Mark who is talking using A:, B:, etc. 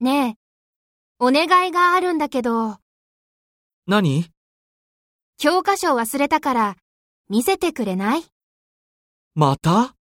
A: ねえ、お願いがあるんだけど、
B: 何
A: 教科書忘れたから、見せてくれない
B: また